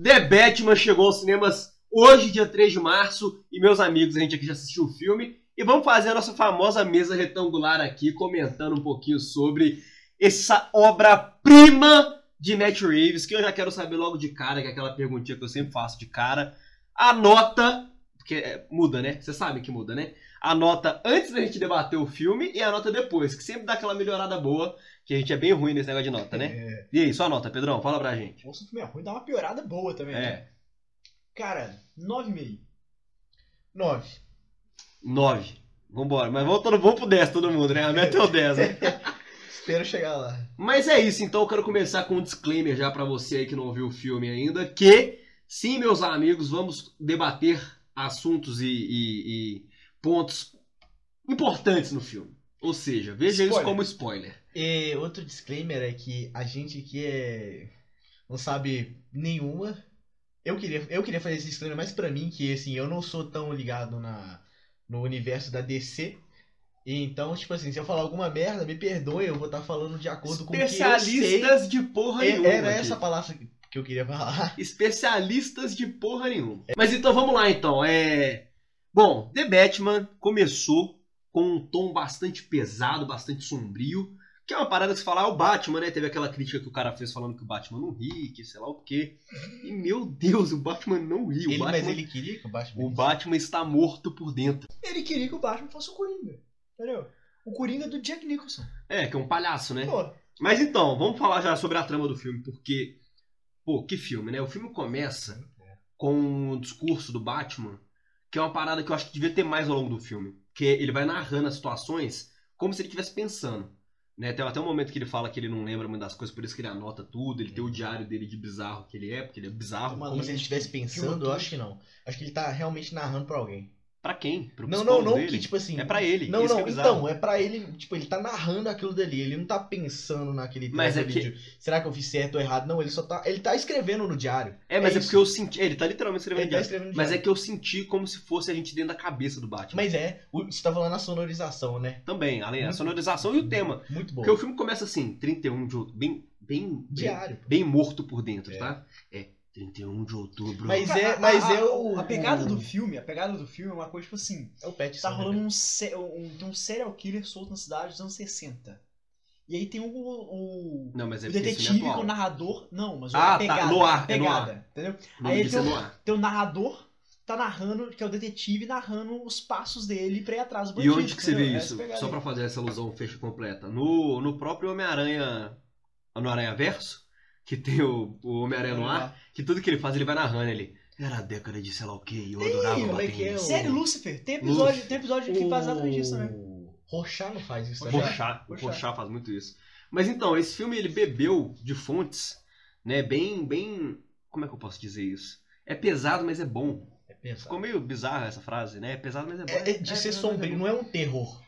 The Batman chegou aos cinemas hoje, dia 3 de março, e meus amigos, a gente aqui já assistiu o filme, e vamos fazer a nossa famosa mesa retangular aqui, comentando um pouquinho sobre essa obra-prima de Matt Reeves, que eu já quero saber logo de cara, que é aquela perguntinha que eu sempre faço de cara, a nota, porque é, muda, né? Você sabe que muda, né? A nota antes da gente debater o filme e a nota depois, que sempre dá aquela melhorada boa, que a gente é bem ruim nesse negócio de nota, né? É, E aí, sua nota, Pedrão, fala pra gente. ou se o filme é ruim, dá uma piorada boa também. né? É, Cara, 9,5. 9. 9. Vambora, mas vamos, todo, vamos pro 10 todo mundo, né? A meta é o 10, né? Espero chegar lá. Mas é isso, então eu quero começar com um disclaimer já pra você aí que não viu o filme ainda, que sim, meus amigos, vamos debater assuntos e, e- e pontos importantes no filme. Ou seja, veja isso Spoiler. como spoiler. E outro disclaimer é que a gente aqui é. não sabe nenhuma. Eu queria, eu queria fazer esse disclaimer, mas pra mim, que assim, eu não sou tão ligado na, no universo da DC. E então, tipo assim, se eu falar alguma merda, me perdoe, eu vou estar falando de acordo com o que eu sei. Especialistas de porra É- nenhuma. Era aqui. essa a palavra que eu queria falar. especialistas de porra nenhuma. Mas então vamos lá então. É... Bom, The Batman começou com um tom bastante pesado, bastante sombrio, que é uma parada que se fala, ah, o Batman, né? Teve aquela crítica que o cara fez falando que o Batman não ri, que sei lá o quê. E meu Deus, o Batman não ri. O, Ele- Batman, mas ele queria que o Batman. o Batman está morto por dentro. Ele queria que o Batman fosse o Coringa. Entendeu? O Coringa do Jack Nicholson. É, que é um palhaço, né? Pô, Mas então, vamos falar já sobre a trama do filme, porque. Pô, que filme, né? O filme começa com o discurso do Batman, que é uma parada que eu acho que devia ter mais ao longo do filme. Que é ele vai narrando as situações como se ele estivesse pensando. Né? Tem até um momento que ele fala que ele não lembra muito das coisas, por isso que ele anota tudo, ele tem o diário dele de bizarro que ele é, porque ele é bizarro. Ah, como se ele estivesse pensando, eu acho que não. Acho que ele tá realmente narrando pra alguém. Pra quem? Pro Não, não, psicólogo não, dele? que tipo assim. É pra ele. Não, isso não, que é bizarro. então, é pra ele, tipo, ele tá narrando aquilo dali, ele não tá pensando naquele Mas trecho é ali de, será que eu fiz certo ou errado? Não, ele só tá, ele tá escrevendo no diário. É, mas é, é isso. porque eu senti. Ele tá literalmente escrevendo Ele tá diário. escrevendo no Mas é diário. que eu senti como se fosse a gente dentro da cabeça do Batman. Mas é, o- você tá falando a sonorização, né? Também, além da Muito- sonorização e o tema. Muito bom. Porque o filme começa assim, 31 de outubro, bem, bem, bem, Diário. bem morto por dentro, É. tá? É, 31 de outubro. Mas Cara, é, a- mas a, é o A pegada o- do filme, a pegada do filme é uma coisa, tipo assim, É o Pet tá rolando um, se- um- tem um serial killer solto na cidade dos anos 60. E aí tem o, o, Não, mas é o porque esse detetive filme é que é o atual. narrador. Não, mas o Ah, a pegada, tá, no ar, a é no ar. pegada, entendeu? O nome aí disso é no ar. Tem o narrador que tá narrando, que é o detetive narrando os passos dele pra ir atrás do E bandido. onde que você entendeu? vê Essa é isso? pegada Só aí. pra fazer essa alusão fecha completa. No, no próprio Homem-Aranha. No Aranha Verso, que tem o, o Homem-Aranha Tá no ar, que tudo que ele faz, ele vai narrando ele. Era a década de sei lá o que, eu adorava como é bater que é nisso." o- Sério, Lucifer? Tem episódio, Lucifer. tem episódio que faz exatamente isso, né? Rochá não faz isso, Rochá. né? Pochá, o Pochá. Pochá faz muito isso. Mas então, esse filme ele bebeu de fontes, né, bem, bem, como é que eu posso dizer isso? É pesado, mas é bom. É pensar. Ficou meio bizarra essa frase, né? É pesado, mas é bom. É, é de ser pesado, mas é sombrio, bom. não é um terror.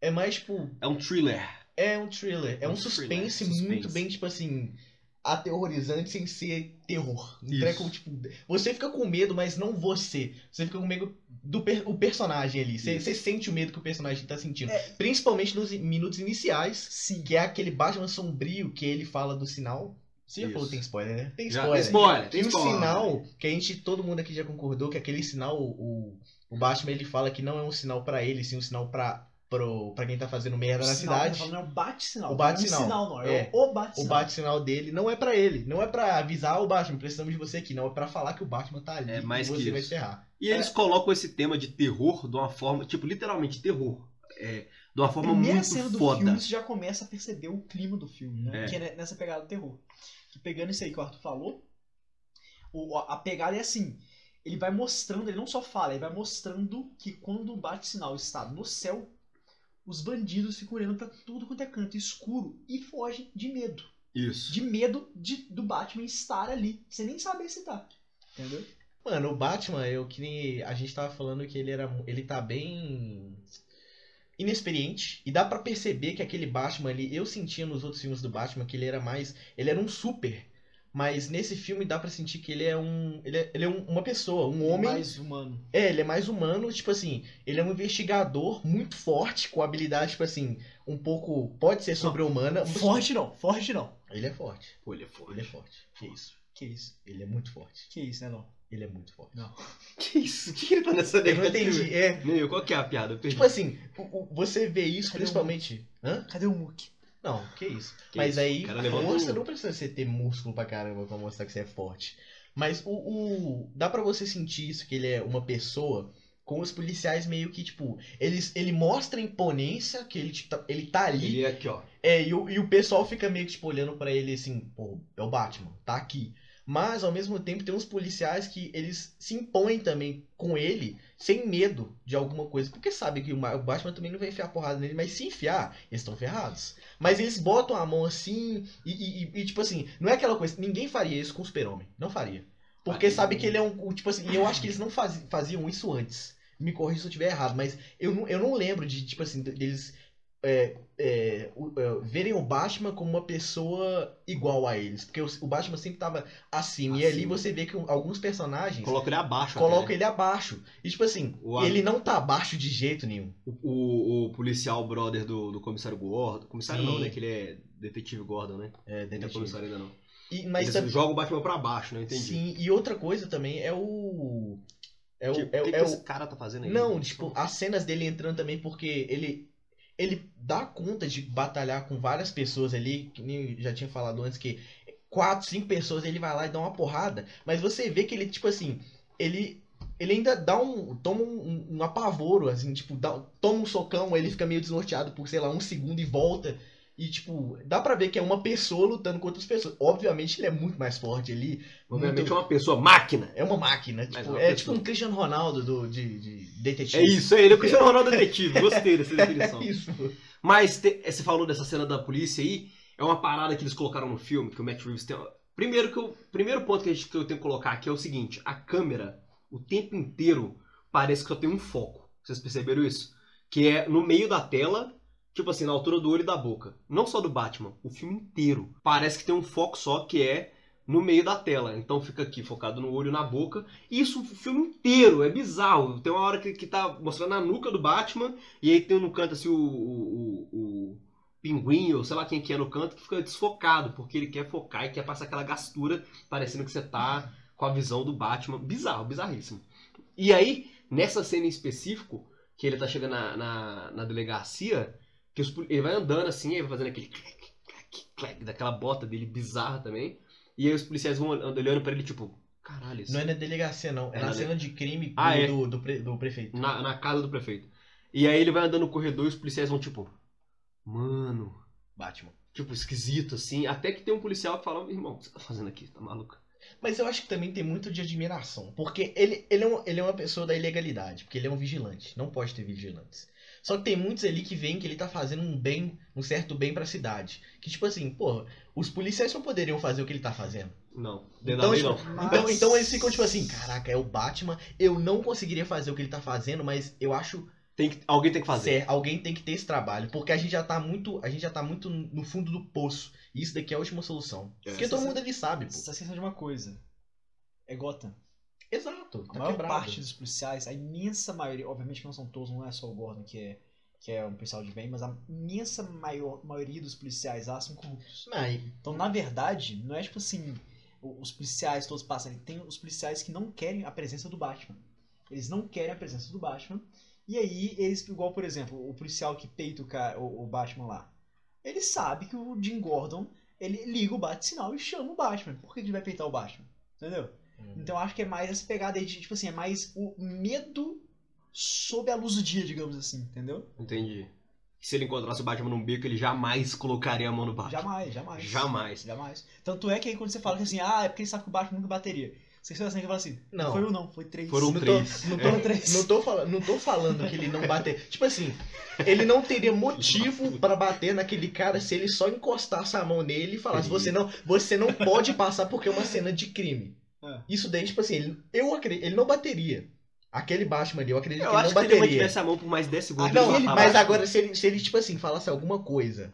É mais, tipo, É um thriller. É um thriller. É Um thriller, um, suspense, suspense. muito bem, tipo assim, aterrorizante sem ser terror. Isso. Entrega como, tipo, você fica com medo, mas não você. Você fica com medo do per- o personagem ali. Você, Isso. você sente o medo que o personagem tá sentindo. É. Principalmente nos minutos iniciais, Sim. que é aquele Batman sombrio que ele fala do sinal. Você já Isso. falou que tem spoiler, né? Tem Já- é spoiler. spoiler, tem Tem um spoiler. sinal que a gente, todo mundo aqui já concordou que aquele sinal, o, o Batman, ele fala que não é um sinal pra ele, sim um sinal pra, pro, pra quem tá fazendo merda na Sinal, cidade. Não é o bate-sinal. O bate-sinal. Não é um sinal, não. É, É. o bate-sinal. O bate-sinal dele não é pra ele, não é pra avisar o Batman, precisamos de você aqui, não é pra falar que o Batman tá ali É mais e você que vai isso. ferrar. E eles colocam esse tema de terror de uma forma, tipo, literalmente terror. É, de uma forma Primeira muito cena do foda. filme, você já começa a perceber o clima do filme, né? É. Que é nessa pegada do terror. Que pegando isso aí que o Arthur falou, o- a a pegada é assim. Ele vai mostrando, ele não só fala, ele vai mostrando que quando o bate-sinal está no céu, os bandidos ficam olhando pra tudo quanto é canto, escuro, e fogem de medo. Isso. De medo de- do Batman estar ali, sem nem saber se tá. Entendeu? Mano, o Batman, eu que nem. A gente tava falando que ele era. mu- Ele tá bem. inexperiente. E dá pra perceber que aquele Batman ali. Eu sentia nos outros filmes do Batman que ele era mais. Ele era um super. Mas nesse filme dá pra sentir que ele é um. Ele é, ele é um- uma pessoa, um homem. Mais humano. É, ele é mais humano, tipo assim, ele é um investigador muito forte, com habilidade, tipo assim, um pouco. Pode ser sobre-humana. mas- Forte não, forte não. Ele é forte. Pô, ele é foda. Ele é forte. Que isso. Que isso? Ele é muito forte. Que isso, né, não? Ele é muito forte. Não. Que isso? O que ele tá nessa Eu não década? entendi. É, Nem eu, qual que é a piada? Eu perdi. tipo assim, o- o- você vê isso Cadê o- principalmente. Hã? Cadê o Mook? Não, que isso. Que Mas isso, aí, o cara a levantou força um- não precisa você ter músculo pra caramba pra mostrar que você é forte. Mas o, o- Dá pra você sentir isso, que ele é uma pessoa com os policiais meio que, tipo, eles, ele mostra a imponência, que ele, tipo, tá- ele tá ali. Ele é aqui, ó. É, e o, e o pessoal fica meio que tipo, olhando pra ele assim, pô, é o Batman, tá aqui. Mas ao mesmo tempo tem uns policiais que eles se impõem também com ele, sem medo de alguma coisa. Porque sabe que o Ma- o Batman também não vai enfiar porrada nele, mas se enfiar, eles estão ferrados. Mas eles botam a mão assim, e, e- e- e, tipo assim, não é aquela coisa. Ninguém faria isso com o Super-Homem. Não faria. Porque Faria. sabe que ele é um. um, Tipo assim, e eu acho que eles não fazi- faziam isso antes. Me corrija se eu estiver errado, mas eu não, eu não lembro de, tipo assim, deles é, é, o- é, verem o Batman como uma pessoa igual a eles. Porque o, o Batman sempre tava acima. E ali Acima. você vê que um- alguns personagens Coloca ele abaixo. colocam até, né? ele abaixo. E tipo assim, O- ele não tá abaixo de jeito nenhum. O, o- o policial brother do, do comissário Gordon. Comissário não, Sim. né? Que ele é detetive Gordon, né? É, Ele não é detetive. comissário ainda não. E, mas Eles tam- jogam o Batman pra baixo, não entendi. sim, e outra coisa também é o. É o. Que- é, que, o- que é o esse cara tá fazendo aí? não, tipo, as cenas dele entrando também, porque ele. Ele dá conta de batalhar com várias pessoas ali, que nem eu já tinha falado antes que quatro, cinco pessoas ele vai lá e dá uma porrada, mas você vê que ele, tipo assim, ele ele ainda dá um. toma um, um apavoro, assim, tipo, dá, toma um socão, ele fica meio desnorteado por, sei lá, um segundo e volta. E, tipo, dá pra ver que é uma pessoa lutando com outras pessoas. Obviamente ele é muito mais forte ali, Obviamente é uma pessoa máquina. é uma máquina. Mas tipo, é uma é pessoa. tipo um Cristiano Ronaldo do, de, de detetive. É isso, é ele. É o Cristiano Ronaldo detetive. Gostei dessa definição. É isso. Mas te- eh, você falou dessa cena da polícia aí, é uma parada que eles colocaram no filme, que o Matt Reeves tem. Primeiro, que eu, primeiro ponto que, a gente- que eu tenho que colocar aqui é o seguinte: a câmera, o tempo inteiro, parece que só tem um foco. Vocês perceberam isso? Que é no meio da tela, tipo assim, na altura do olho e da boca. Não só do Batman, o filme inteiro. Parece que tem um foco só que é no meio da tela. Então fica aqui focado no olho e na boca. E isso o filme inteiro, é bizarro. Tem uma hora que, que tá mostrando a nuca do Batman. E aí tem no canto assim o, o, o, o pinguim, ou sei lá quem que é no canto, que fica desfocado, porque ele quer focar e quer passar aquela gastura, parecendo que você tá com a visão do Batman. Bizarro, bizarríssimo. E aí, nessa cena em específico, que ele tá chegando na, na, na delegacia, que os poli- ele vai andando assim, aí vai fazendo aquele clac, clac, clac, daquela bota dele bizarra também. E aí os policiais vão olhando olhando pra ele, tipo, caralho, isso Não é na delegacia, não. É, É na na cena de crime do, Ah, é. do, do pre- do prefeito. na, na casa do prefeito. E aí ele vai andando no corredor e os policiais vão, tipo, mano, Batman. tipo, esquisito, assim. Até que tem um policial que fala, irmão, o que você tá fazendo aqui? Tá maluco? Mas eu acho que também tem muito de admiração. Porque ele, ele, é um- ele é uma pessoa da ilegalidade. Porque ele é um vigilante. Não pode ter vigilantes. Só que tem muitos ali que veem que ele tá fazendo um bem, um certo bem pra cidade. Que tipo assim, porra, os policiais não poderiam fazer o que ele tá fazendo. Não, dentro Então, da lei tipo, não. Então, Mas- então eles ficam tipo assim, caraca, é o Batman, eu não conseguiria fazer o que ele tá fazendo, mas eu acho Tem que, alguém tem que fazer. Cer- alguém tem que ter esse trabalho, porque a gente já tá muito, a gente já tá muito no fundo do poço. E isso daqui é a última solução. É. porque todo mundo ali sabe, Você pô. tá esquecendo de uma coisa. É Gotham. Exato, A tá maior quebrado. parte dos policiais, a imensa maioria, obviamente que não são todos, não é só o Gordon que é, que é um policial de bem, mas a imensa maior, maioria dos policiais lá são corruptos. Mas, Então, na verdade, não é tipo assim, o- os policiais todos passam. Tem os policiais que não querem a presença do Batman. Eles não querem a presença do Batman. E aí, eles, igual, por exemplo, o policial que peita o, ca- o, o Batman lá. Ele sabe que o Jim Gordon, ele liga o bate-sinal e chama o Batman. Por que que ele vai peitar o Batman? Entendeu? Então eu acho que é mais essa pegada aí de, tipo assim, é mais o medo sob a luz do dia, digamos assim, entendeu? Entendi. Que se ele encontrasse o Batman num beco, ele jamais colocaria a mão no Batman. Jamais, jamais. Jamais. Jamais. Tanto é que aí quando você fala que assim, ah, é porque ele sabe que o Batman nunca bateria. Você assim, que fala assim, Não. foi um não, foi três. Foram não três. tô, não tô, Foram três. não tô falando, não tô falando que ele não bater. tipo assim, ele não teria motivo pra bater naquele cara se ele só encostasse a mão nele e falasse: "Você não, você não pode passar porque é uma cena de crime". É. Isso daí, tipo assim, ele, eu acredito, ele não bateria. Aquele Batman ali, eu acredito Eu que ele acho não que se ele é bateria. mantivesse a mão por mais 10 segundos, Ah, Não, ele ele- matava mas Batman. agora, se ele, se ele, tipo assim, falasse alguma coisa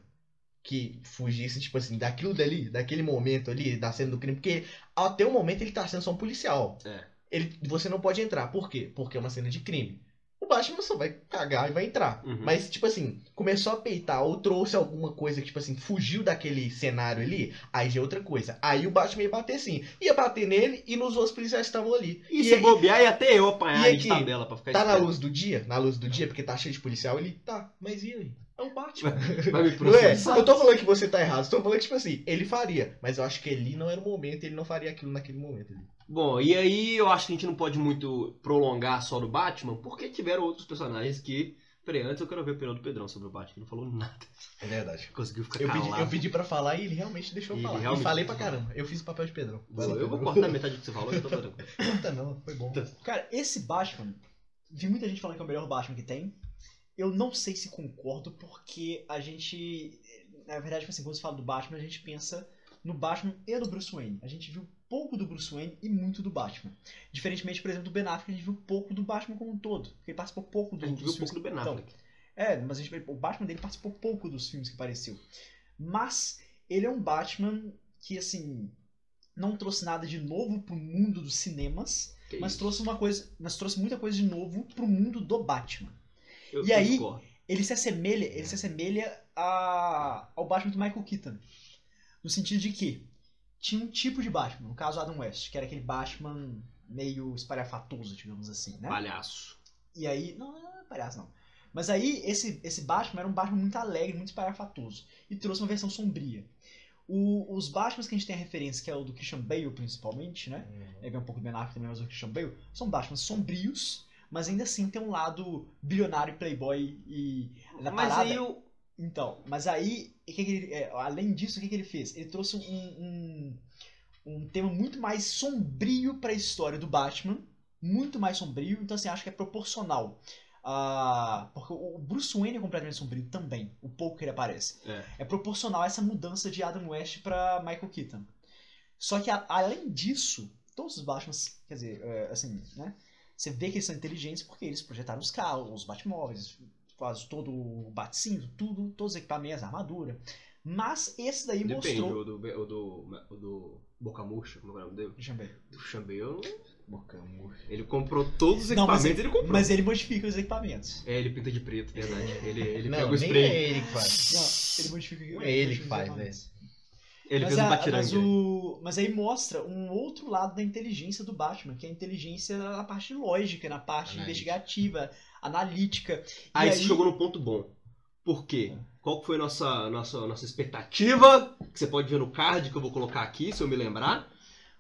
que fugisse, tipo assim, daquilo dali, daquele momento ali, da cena do crime, porque até o momento ele tá sendo só um policial. É. Ele, você não pode entrar. Por quê? Porque é uma cena de crime. O Batman só vai cagar e vai entrar. Uhum. Mas, tipo assim, começou a peitar ou trouxe alguma coisa que, tipo assim, fugiu daquele cenário ali, aí já é outra coisa. Aí o Batman ia bater sim. Ia bater nele e nos outros policiais que estavam ali. E, se aí- bobear, e até eu apanhar e de aqui? tabela pra ficar Tá na esperto. luz do dia? Na luz do dia, porque tá cheio de policial ali? Tá, mas e aí? É um o Batman. Vai me Não é? processar. Eu tô falando que você tá errado, eu tô falando que, tipo assim, ele faria, mas eu acho que ele não era o momento, ele não faria aquilo naquele momento. ali. Bom, e aí eu acho que a gente não pode muito prolongar só do Batman, porque tiveram outros personagens que... Peraí, antes eu quero ver a opinião do Pedrão sobre o Batman. Ele não falou nada. É verdade. Conseguiu ficar Eu calado. pedi, eu pedi pra falar e ele realmente deixou eu Ele falar. realmente Eu falei pra deixou. caramba, eu fiz o papel de Pedrão. Vai lá, Eu vou Pedrão. cortar metade do que você falou, então tá tranquilo. Corta não, foi bom. Cara, esse Batman, vi muita gente falando que é o melhor Batman que tem. Eu não sei se concordo, porque a gente. Na verdade, tipo assim, quando se fala do Batman, a gente pensa no Batman e no Bruce Wayne. A gente viu pouco do Bruce Wayne e muito do Batman. Diferentemente, por exemplo, do Ben Affleck, a gente viu pouco do Batman como um todo. Porque ele participou pouco do A gente viu dos um pouco do Ben Então, Affleck. É, mas a gente- o Batman dele participou pouco dos filmes que apareceu. Mas ele é um Batman que, assim, não trouxe nada de novo pro mundo dos cinemas, Que é mas isso. trouxe uma coisa. Mas trouxe muita coisa de novo pro mundo do Batman. Eu- e eu aí- discordo. Ele se assemelha, ele se assemelha a- ao Batman do Michael Keaton. No sentido de que tinha um tipo de Batman, no caso Adam West, que era aquele Batman meio espalhafatoso, digamos assim, né? Palhaço. E aí. Não, não, não é palhaço, não. Mas aí, esse, esse Batman era um Batman muito alegre, muito espalhafatoso. E trouxe uma versão sombria. O- os Batmans que a gente tem a referência, que é o do Christian Bale, principalmente, né? É um pouco do Ben Affleck também, mas o Christian Bale. São Batmans sombrios, mas ainda assim tem um lado bilionário, playboy e... Da Mas é parada. aí eu... Então, mas aí, o que que ele- é, além disso, o que, que ele fez? Ele trouxe um, um, um tema muito mais sombrio pra história do Batman. Muito mais sombrio, então assim, acho que é proporcional. Ah, porque o Bruce Wayne é completamente sombrio também, o pouco que ele aparece. É proporcional a essa mudança de Adam West pra Michael Keaton. Só que, a- além disso, todos os Batmans, quer dizer, é, assim, né? Você vê que eles são inteligentes porque eles projetaram os carros, os Batmóveis, quase todo o Batcinto, tudo, todos os equipamentos, a armadura. Mas esse daí Depende, mostrou. o do, o do, o do Boca Murcha, como é o nome dele? Deixa eu ver. Do Chambeiro, Bocamur. ele comprou todos os Não, mas equipamentos, ele, comprou. Mas ele modifica os equipamentos. É, ele pinta de preto, verdade. Ele, ele não, pega o nem spray, é ele que faz. Não, ele modifica Não é ele que modifica os faz, equipamentos. ele mas fez a- um batiranga. Mas, o- mas aí mostra um outro lado da inteligência do Batman, que é a inteligência na parte lógica, na parte Analítica. investigativa, analítica. E Aí aí- É. você chegou no ponto bom. Por quê? Qual que foi a nossa, nossa, nossa expectativa? Que você pode ver no card que eu vou colocar aqui, se eu me lembrar.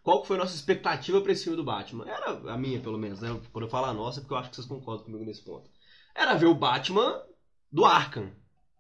Qual que foi a nossa expectativa pra esse filme do Batman? Era a minha, pelo menos, né? Quando eu falo a nossa, é porque eu acho que vocês concordam comigo nesse ponto. Era ver o Batman do Arkham,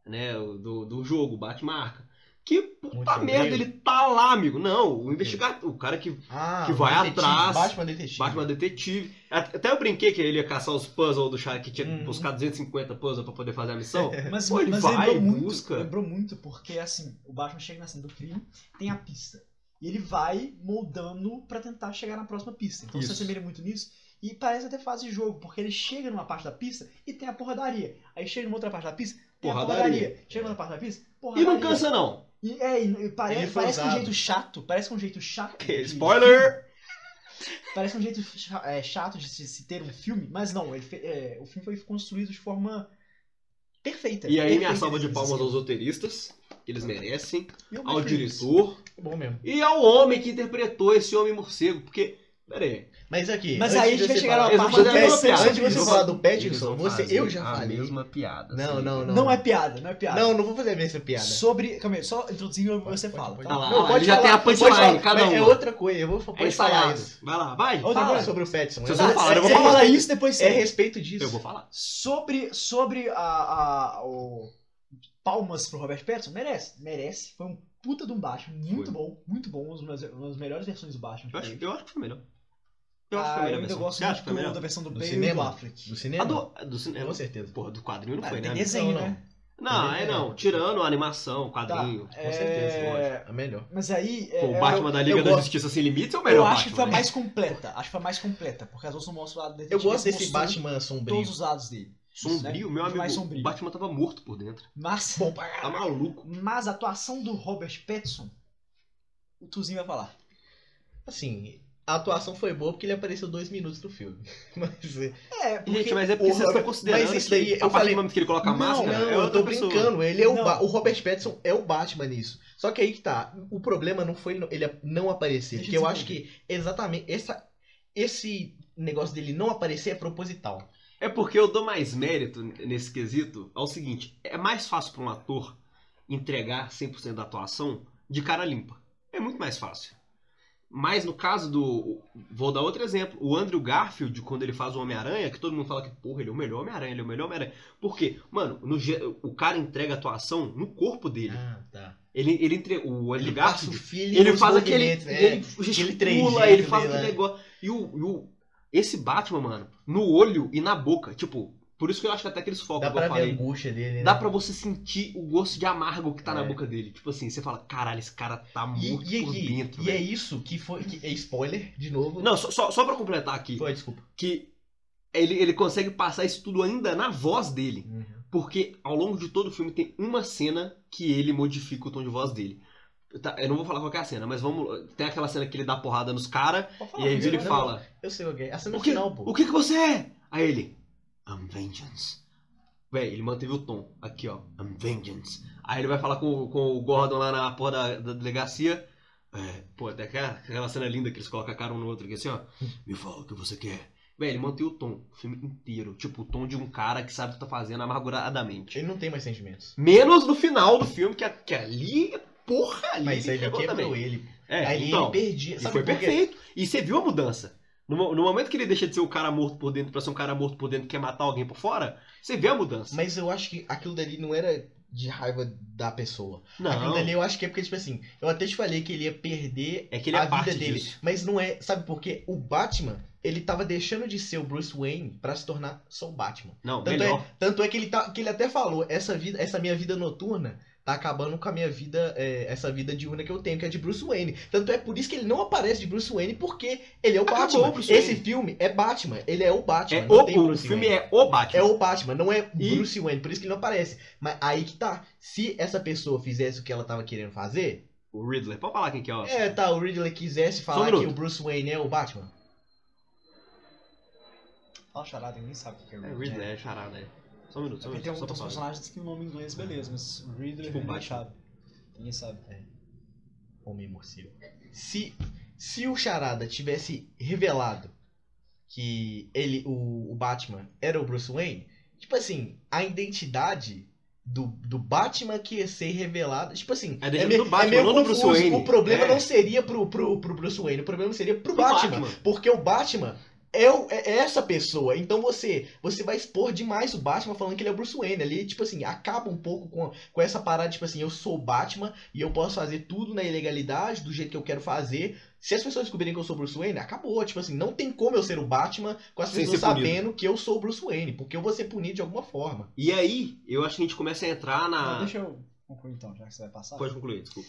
né? O Do, do jogo, Batman Arkham. Que puta sombrio. merda, ele tá lá, amigo. Não, É. o investigador, o cara que Ah, Que o vai detetive, atrás. Batman Detetive. Batman Detetive. Até eu brinquei que ele ia caçar os puzzles do Shara que tinha que Uhum. buscar 250 puzzles pra poder fazer a missão. Mas, Pô, ele mas vai, lembrou muito, busca. lembrou muito, porque assim, o Batman chega na cena do crime, tem a pista. E ele vai moldando pra tentar chegar na próxima pista. Então Isso. se assemelha muito nisso. E parece até fase de jogo, porque ele chega numa parte da pista e tem a porradaria. Aí chega numa outra parte da pista, tem Porradaria. a porradaria. Chega numa parte da pista, E porradaria. não cansa, não. E, é, e- e pare- Ele foi parece que é um usado. jeito chato, parece que é um jeito chato. de- Spoiler! Parece um jeito cha- é, chato de se, se ter um filme, mas não, ele fe- é, o filme foi construído de forma perfeita. E aí, minha perfeita, salva de assim. palmas aos roteiristas, que eles merecem, E eu ao prefiro isso. diretor É bom mesmo. e ao homem que interpretou esse homem morcego, porque. Pera aí. Mas aqui. Mas antes aí a de gente vai você chegar falar- numa Eles vão parte fazer a mesma interessante. piada. Antes de você Eles falar vão- do É, Pattinson, eles vão você, fazer eu já a falei. mesma piada. Não, sempre. não, não. Não é piada, não é piada. Não, não vou fazer essa piada. Sobre. Calma aí, só introduzindo você Pode- fala. pode- Tá tá? lá, Não, ó, pode ele já falar, tem a punchline, pode falar. cada Mas É uma. outra coisa, eu vou É pode falar ensaiado. isso. Vai lá, vai. Outra fala. coisa. Sobre o Pattinson. Se é- você não falar, eu vou é- Você falar. fala isso, depois você. É respeito disso. Eu vou falar. Sobre, sobre a, a- o- palmas pro Robert Pattinson, merece, merece. Foi um puta de um Batman, muito Foi. bom, muito bom, uma das, uma das melhores versões do Batman. que Eu acho, teve. eu acho que foi melhor. Eu acho que foi Ah, melhor. eu ainda gosto Você acha que foi muito melhor? da versão do Do Bale e do cinema? Affleck. Do A cinema? É, do, a do cinema. Com certeza. Porra, do quadrinho não Ah, foi, tem né? Não, desenho, não. né? Não, é não. Tirando a animação, o Tá, quadrinho. Com certeza, é, lógico. A melhor. Mas aí. é, Pô, é, o Batman da Liga eu da gosto. Justiça Sem Limites é o eu, eu melhor acho que foi Batman, a né? mais completa. Acho que foi a mais completa, porque as outras não mostram o lado dele. Eu gosto desse mostrou Batman sombrio. Todos os lados dele. né? Sombrio, meu Mais amigo. sombrio. O Batman tava morto por dentro. Mas, Tá maluco. mas a atuação do Robert Pattinson. O Tuzinho vai falar. Assim, a atuação foi boa porque ele apareceu dois minutos no filme. Mas, é, É, porque... Gente, mas é porque o vocês estão Robert- considerando mas isso que daí, a eu partir falei- do momento que ele coloca a Não, máscara, não, é eu outra tô pessoa. brincando. Ele é o, Não. Ba- o Robert Pattinson é o Batman nisso. Só que aí que tá. O problema não foi ele não aparecer. Deixa porque eu eu acho que exatamente essa, esse negócio dele não aparecer é proposital. É porque eu dou mais mérito nesse quesito ao seguinte: é mais fácil para um ator entregar 100% da atuação de cara limpa. É muito mais fácil. Mas no caso do. Vou dar outro exemplo. O Andrew Garfield, quando ele faz o Homem-Aranha, que todo mundo fala que, porra, ele é o melhor Homem-Aranha, ele é o melhor Homem-Aranha. Por quê? Mano, no ge- o cara entrega a atuação no corpo dele. Ah, tá. Ele, ele entre... O Andrew Ele passa o Garfield feeling ele nos faz aquele. movimentos, é. ele gesticula, trejeito ele faz aquele dele, né? negócio. E o, e o- Esse Batman, mano, no olho e na boca, tipo, por isso que eu acho que até aqueles focos Dá que eu pra ver a falei. angústia dele, né? Dá pra você sentir o gosto de amargo que tá na É. boca dele. Tipo assim, você fala, caralho, esse cara tá E, morto e, por e- dentro. e é velho." isso que foi. que- é spoiler, de novo. Não, só, só, só pra completar aqui, Foi, desculpa. que ele, ele consegue passar isso tudo ainda na voz dele. Porque ao longo de todo o filme tem uma cena que ele modifica o tom de voz dele. Tá, eu não vou falar qual que é a cena, mas vamos. Tem aquela cena que ele dá porrada nos caras Pode falar, E aí mas ele eu- fala: Eu sei o que é. A cena o que, final, pô. o que que você é? Aí ele: I'm vengeance. Véi, ele manteve o tom. Aqui, ó. I'm vengeance. Aí ele vai falar com, com o Gordon lá na porra da, da delegacia. É, pô, até aquela, aquela cena linda que eles colocam a cara um no outro aqui assim, ó. Me fala o que você quer. Véi, ele manteve o tom. O filme inteiro. Tipo, o tom de um cara que sabe o que tá fazendo amarguradamente. Ele não tem mais sentimentos. Menos no final do filme, que, a- que ali, porra, ali Mas ele pegou quebrou ele. É, aí então, ele perdia. e Sabe foi por quê? perfeito. E você viu a mudança. No, mo- no momento que ele deixa de ser o cara morto por dentro pra ser um cara morto por dentro que quer matar alguém por fora, você vê a mudança. Mas eu acho que aquilo dali não era de raiva da pessoa. Aquilo não, dali eu acho que é porque, tipo assim, eu até te falei que ele ia perder é que ele é a parte vida dele. disso. Mas não é, sabe por quê? O Batman, ele tava deixando de ser o Bruce Wayne pra se tornar só o Batman. Não, Tanto melhor. é, tanto é que ele, tá, que ele até falou, essa vida, essa minha vida noturna tá acabando com a minha vida, é, essa vida diurna que eu tenho, que é de Bruce Wayne. Tanto é por isso que ele não aparece de Bruce Wayne, porque ele é o Acabou Batman. o Bruce Esse Wayne. filme é Batman, ele é o Batman, É não o, tem o Bruce filme Wayne. é o Batman. É o Batman, não é E- Bruce Wayne, por isso que ele não aparece. Mas aí que tá. Se essa pessoa fizesse o que ela tava querendo fazer, o Riddler. Pode falar quem que é o. é, tá, o Ridley quisesse Só um falar que minuto. o Bruce Wayne é o Batman. Fala charada, ninguém sabe o que é É, Riddler. Riddler, é charada, né? Só um minuto, É só um porque tem minuto. Só pra outros falar. personagens que o nome em inglês, beleza, mas Riddler Tipo ninguém Batman. É. sabe. Ninguém sabe. Homem morcego. Se, se o Charada tivesse revelado que ele, o, o Batman, era o Bruce Wayne, tipo assim, a identidade do, do Batman que ia ser revelada, tipo assim, A identidade meio- do Batman, meio não do Bruce Wayne. O problema É. não seria pro, pro, pro Bruce Wayne, o problema seria pro, Pro Batman. Porque o Batman é, o- é essa pessoa. Então você você vai expor demais o Batman falando que ele é o Bruce Wayne. Ali, tipo assim, acaba um pouco com, com essa parada, tipo assim, eu sou o Batman e eu posso fazer tudo na ilegalidade, do jeito que eu quero fazer. Se as pessoas descobrirem que eu sou o Bruce Wayne, acabou. Tipo assim, não tem como eu ser o Batman com as Sem pessoas ser punido. sabendo que eu sou o Bruce Wayne, porque eu vou ser punido de alguma forma. E aí, eu acho que a gente começa a entrar Não, na. deixa eu concluir então, já que você vai passar. Ah. Pode concluir, desculpa.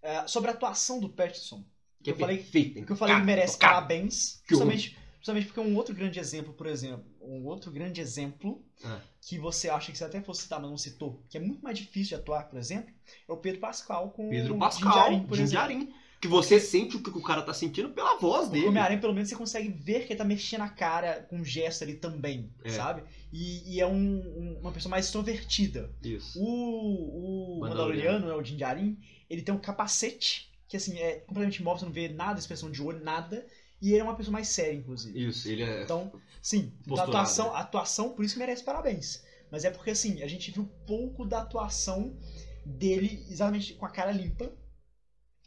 É, sobre a atuação do Pattinson, Que é Eu falei- perfeito. que eu falei que merece cara. parabéns, Que horror. justamente, justamente porque é um outro grande exemplo, por exemplo, um outro grande exemplo Ah. que você acha que você até fosse citar, mas não citou, que é muito mais difícil de atuar, por exemplo, é o Pedro Pascal com Pedro o Pascal, Hum, Jinjarin, por exemplo. Jinjarin. Que você sente o que o cara tá sentindo pela voz O dele. Homem-Aranha, pelo menos, você consegue ver que ele tá mexendo a cara com um gesto ali também, É. sabe? E, e é um- um- uma pessoa mais extrovertida. Isso. O, o Mandaloriano. Mandaloriano, né, o Jinjarin, ele tem um capacete que, assim, é completamente imóvel, você não vê nada, expressão de olho, nada. E ele é uma pessoa mais séria, inclusive. Isso, ele é Então, sim, então a Posturado. atuação, a atuação, por isso que merece parabéns. Mas é porque, assim, a gente viu pouco da atuação dele exatamente com a cara limpa.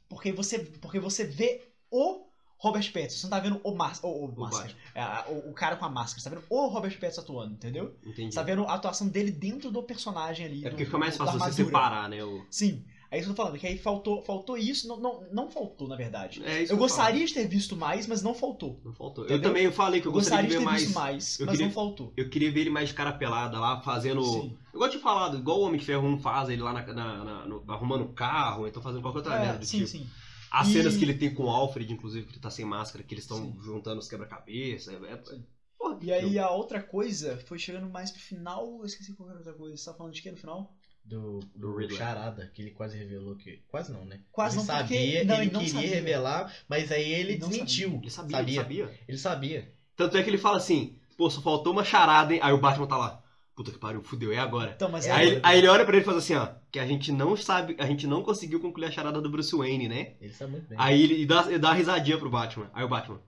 Porque você, porque você vê o Robert Pattinson, você não tá vendo o, mas, o, o, máscara, É, a- o, o cara com a máscara, você tá vendo o Robert Pattinson atuando, entendeu? Entendi. Você tá vendo a atuação dele dentro do personagem ali. É do- porque fica mais do- da fácil você armadura. separar, né? O... Sim, é isso que eu tô falando, que aí faltou, faltou isso, não, não, não faltou, na verdade. É isso que eu falo. gostaria de ter visto mais, mas não faltou. Não faltou. Eu Entendeu? também falei que eu gostaria, de ter de ver mais. visto mais, eu mas queria- não faltou. Eu queria ver ele mais de cara pelada lá, fazendo. Sim. Eu gosto de falar, igual o Homem de Ferro 1 faz, ele lá na, na- na- no- arrumando o carro, então fazendo qualquer outra É, merda do sim, tipo. sim. As E- cenas que ele tem com o Alfred, inclusive, que ele tá sem máscara, que eles estão Sim. juntando os quebra-cabeça. É, é- Sim. Porra, E aí a outra coisa foi chegando mais pro final. Eu esqueci qual era a outra coisa. Você tá falando de quê no final? do, Do do Riddler. Charada, que ele quase revelou que. Quase não, né? Quase ele não, porque- sabia, não, ele, ele não queria sabia. revelar, mas aí ele Ele não desmentiu. Ele sabia, ele sabia. Ele sabia. Tanto é que ele fala assim, pô, só faltou uma charada, hein? Aí o Batman tá lá, puta que pariu, fudeu, é agora. Então, mas É aí, aí, agora. aí ele olha pra ele e fala assim, ó, que a gente não sabe, a gente não conseguiu concluir a charada do Bruce Wayne, né? Ele sabe muito bem. Aí ele dá, ele dá uma risadinha pro Batman. Aí o Batman,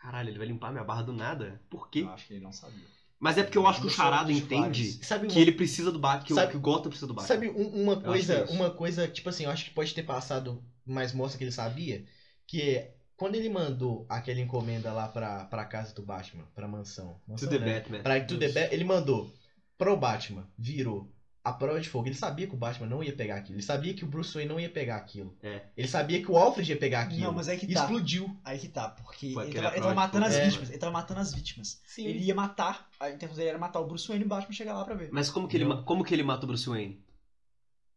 caralho, ele vai limpar minha barra do nada? Por quê? eu acho que ele não sabia. Mas é porque eu Ah, acho que o Eu sou charada dos entende vários. sabe que ele precisa do Batman, que, o- Sabe- que o Gotham precisa do Batman. Sabe um- uma acho coisa, que é isso. uma coisa, tipo assim, eu acho que pode ter passado, mas mostra que ele sabia, que é quando ele mandou aquela encomenda lá pra, pra casa do Batman, pra mansão. To mansão the não, Batman. Pra to the Isso. Ba- ele mandou pro Batman, virou a prova de fogo. Ele sabia que o Batman não ia pegar aquilo, ele sabia que o Bruce Wayne não ia pegar aquilo. É. Ele sabia que o Alfred ia pegar aquilo. Não, mas aí que E tá. explodiu. Aí que tá, porque Foi ele aquele tava, atrás ele tava de matando as fogo. vítimas. Ele tava matando as vítimas. Ele ia matar. A intenção dele era matar o Bruce Wayne e o Batman chegar lá pra ver. Mas como que, ele, Não. ma- como que ele mata o Bruce Wayne?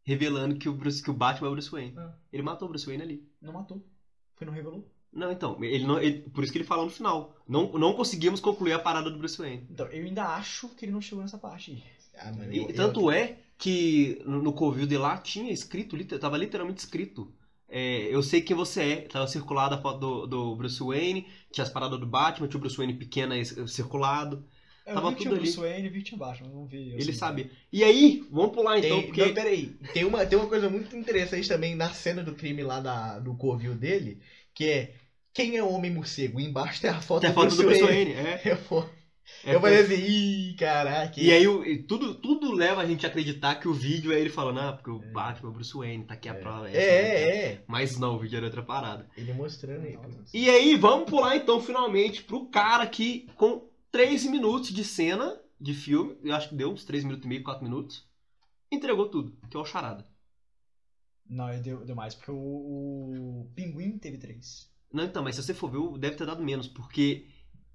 Revelando que o, Bruce, que o Batman é o Bruce Wayne. Ah. Ele matou o Bruce Wayne ali. Não matou. Porque não revelou. Não, então, ele não, ele- por isso que ele fala no final. Não, não conseguimos concluir a parada do Bruce Wayne. Então, eu ainda acho que ele não chegou nessa parte. aí. Ah, mano, E eu- eu- tanto é que no no Covil de lá tinha escrito, liter- tava literalmente escrito. é, eu sei quem você é. Tava circulada a foto do, do Bruce Wayne, tinha as paradas do Batman, tinha o Bruce Wayne pequeno aí, eh, circulado. Eu Tava vi que tinha tudo o Bruce Wayne e vi que tinha o Batman. Não vi. eu ele sei. sabia. E aí, vamos pular então, Tem- porque. não, peraí. Tem uma, tem uma coisa muito interessante também na cena do crime lá da, do covil dele, que é quem é o homem morcego? E embaixo tem a foto, Tem a foto do Bruce Wayne. Wayne. É, Eu, fo- é eu falei assim, ih, caraca. E aí o- e tudo, tudo leva a gente a acreditar que o vídeo é ele falando, ah, porque o Batman é o Bruce Wayne, tá aqui a prova. é, essa, né, cara?" é, é. Mas não, o vídeo era outra parada. Ele mostrando aí. E aí, vamos pular então, finalmente, pro cara que, com 3 minutos de cena de filme, eu acho que deu uns 3 minutos e meio, 4 minutos, entregou tudo, que é o Charada. Não, eu deu, deu mais, porque o, o Pinguim teve três. Não, então, mas se você for ver, o- deve ter dado menos, porque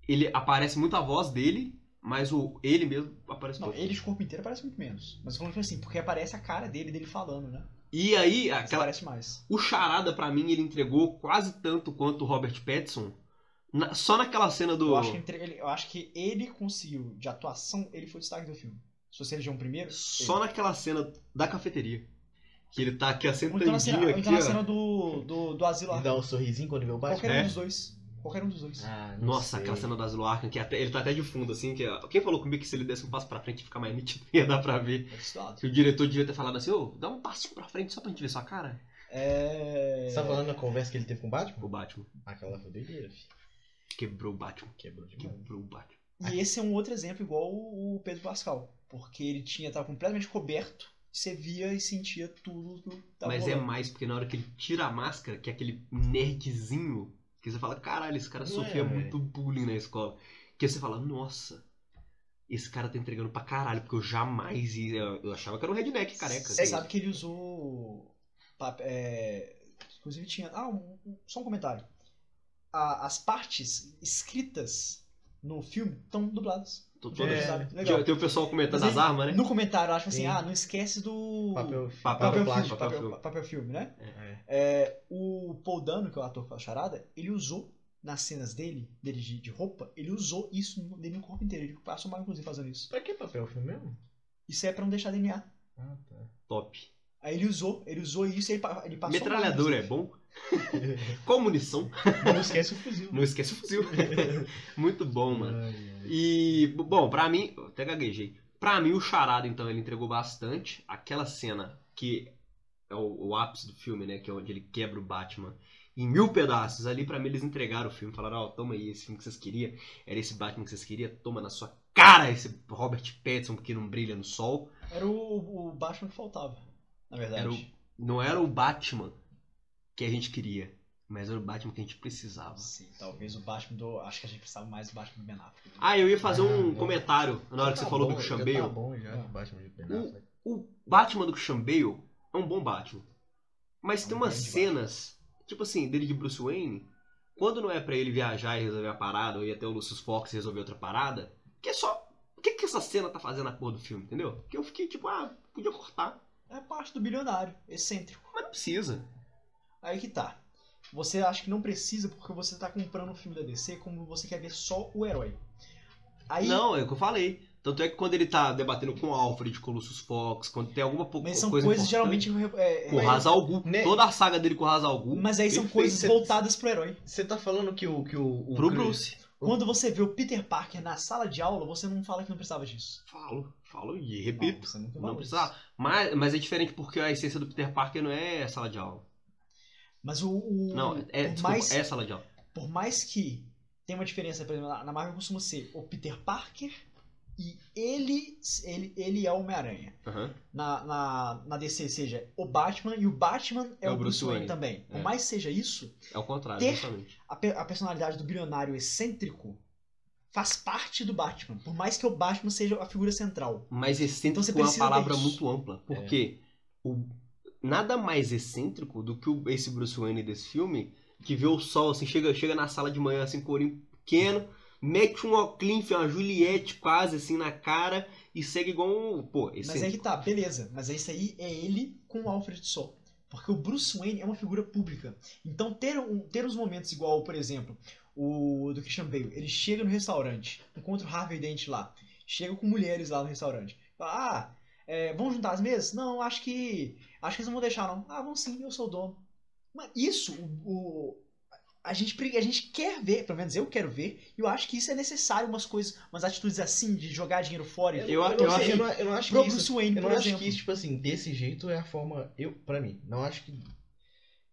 ele aparece muito a voz dele, mas o ele mesmo aparece Não, pouco. ele de corpo inteiro parece muito menos. Mas eu falo assim, porque aparece a cara dele, dele falando, né? E aí, Isso É, aquela, Parece mais. O Charada, pra mim, ele entregou quase tanto quanto o Robert Pattinson. na- só naquela cena do. Eu acho, que entre- ele, eu acho que ele conseguiu, de atuação, ele foi o destaque do filme. Se você eleger um primeiro. Só naquela cena da cafeteria. Que ele tá aqui Ou então assentadinho na cena, ou aqui, então na ó. cena do, do, do asilo E Arkham. dá um sorrisinho quando vê o Batman. Qualquer É. um dos dois. Qualquer um dos dois. Ah, não Nossa, sei. aquela cena do Asilo Arkham, que até- ele tá até de fundo, assim, que ó, quem falou comigo que se ele desse um passo pra frente ia ficar mais nítido, ia dar pra ver. É estudado. Que o diretor devia ter falado assim, ô, dá um passo pra frente só pra gente ver sua cara. É. Você tá falando da conversa que ele teve com o Batman? O Batman. Aquela foi doideira, filho. Quebrou o Batman. Quebrou demais. Quebrou o Batman. E esse é um outro exemplo igual o Pedro Pascal. Porque ele tinha, tava completamente coberto, você via e sentia tudo que tava Mas é rolando. mais porque na hora que ele tira a máscara, que é aquele nerdzinho, que você fala, caralho, esse cara Não sofria é, muito bullying na escola. Que você fala, nossa, esse cara tá entregando pra caralho, porque eu jamais ia. Eu achava que era um redneck careca. Você assim. sabe que ele usou. pap- é, inclusive tinha. Ah, um- um- só um comentário. A- as partes escritas no filme estão dubladas. Tô todo- assim." É, sabe? Legal. Já Tem o pessoal comentando Mas as aí- armas, né? No comentário, eu acho assim, Sim. ah, não esquece do. Papel, papel plástico, papel, filme, papel papel- filme. papel filme, né? É. É, o Paul Dano, que é o ator que faz charada, ele usou nas cenas dele, dele de, de roupa, ele usou isso no- dele no corpo inteiro. Ele passou mal, inclusive, fazendo isso. Pra que papel filme mesmo? Isso é pra não deixar DNA. Ah, tá. Top. Aí ele usou, ele usou isso e ele, pa- ele passou. mal, Metralhadora é inclusive. bom? Qual munição? não esquece o fuzil. Não esquece o fuzil. muito bom, mano. Ai, ai. E, bom, pra mim, eu até gaguejei. Pra mim, o Charada, então, ele entregou bastante. Aquela cena que é o, o ápice do filme, né? Que é onde ele quebra o Batman em mil pedaços. Ali, pra mim, eles entregaram o filme. Falaram, ó, toma aí, esse filme que vocês queriam. Era esse Batman que vocês queriam. Toma na sua cara esse Robert Pattinson que não brilha no sol. Era o, o Batman que faltava, na verdade. Era o- Não era o Batman que a gente queria, mas era o Batman que a gente precisava. Sim, talvez o Batman do. Acho que a gente precisava mais do Batman do Ben Affleck. né? Ah, eu ia fazer um Ah, é. comentário na hora que você Já tá falou bom, do já Xambeio. Tá bom já, o Batman de Ben Affleck. O Batman do Christian Bale é um bom Batman. Mas É um tem umas grande cenas, tipo assim, dele de Bruce Wayne, quando não é pra ele viajar e resolver a parada, ou ir até o Lucius Fox e resolver outra parada, que é só. O que, que essa cena tá fazendo na porra do filme, entendeu? Que eu fiquei tipo, ah, podia cortar. É parte do bilionário, excêntrico. Mas não precisa. Aí que tá. Você acha que não precisa porque você tá comprando um filme da DC como você quer ver só o herói. Aí, Não, é o que eu falei. Tanto é que quando ele tá debatendo com o Alfred, com o Lucius Fox, quando tem alguma po- Mas são coisa coisas importante, geralmente. é, é, com o mas, Hazal Gu, né? toda a saga dele com o Hazal Gu, mas aí são Perfeito. coisas voltadas pro herói. Você tá falando que o. Que o, o pro Chris- Bruce. Quando você vê o Peter Parker na sala de aula, você não fala que não precisava disso. Falo, falo e repito. Não, você nunca Não falou precisava. Mas, mas é diferente porque a essência do Peter Parker não é sala de aula. Mas o. o- Não, é, por, desculpa, mais, é sala de aula. por mais que tenha uma diferença, por exemplo, na na Marvel costuma ser o Peter Parker e ele, ele, ele é o Homem-Aranha. Aham. na, na, na DC seja o Batman e o Batman é, o Bruce Wayne, também. Por É. mais que seja isso, É o contrário, Ter- justamente. a, pe- a personalidade do bilionário excêntrico faz parte do Batman. Por mais que o Batman seja a figura central. Mas excêntrico Então você é uma precisa ter palavra isso. muito ampla. Porque o- nada mais excêntrico do que o- esse Bruce Wayne desse filme, que vê o sol, assim, chega, chega na sala de manhã, assim, com o olhinho pequeno, mete um Oclinfe, uma Juliette quase, assim, na cara, e segue igual um... Pô, Mas aí excêntrico. que tá, beleza. Mas isso aí é ele com o Alfred só. Porque o Bruce Wayne é uma figura pública. Então ter, um, ter uns momentos igual, por exemplo, o do Christian Bale. Ele chega no restaurante, encontra o Harvey Dent lá. Chega com mulheres lá no restaurante. Fala, ah, é, vamos juntar as mesas? Não, acho que. Acho que eles não vão deixar, não. Ah, vão sim, eu sou o dono. Mas isso, o. o- a gente, pre- a gente quer ver, pelo menos eu quero ver, e eu acho que isso é necessário, umas coisas, umas atitudes assim, de jogar dinheiro fora. Eu, Eu- eu eu, não sei, acho- eu, não, eu não acho Pro que isso. Bruce Wayne, Eu não por acho exemplo. que isso, tipo assim, desse jeito é a forma. Eu, pra mim, não acho que.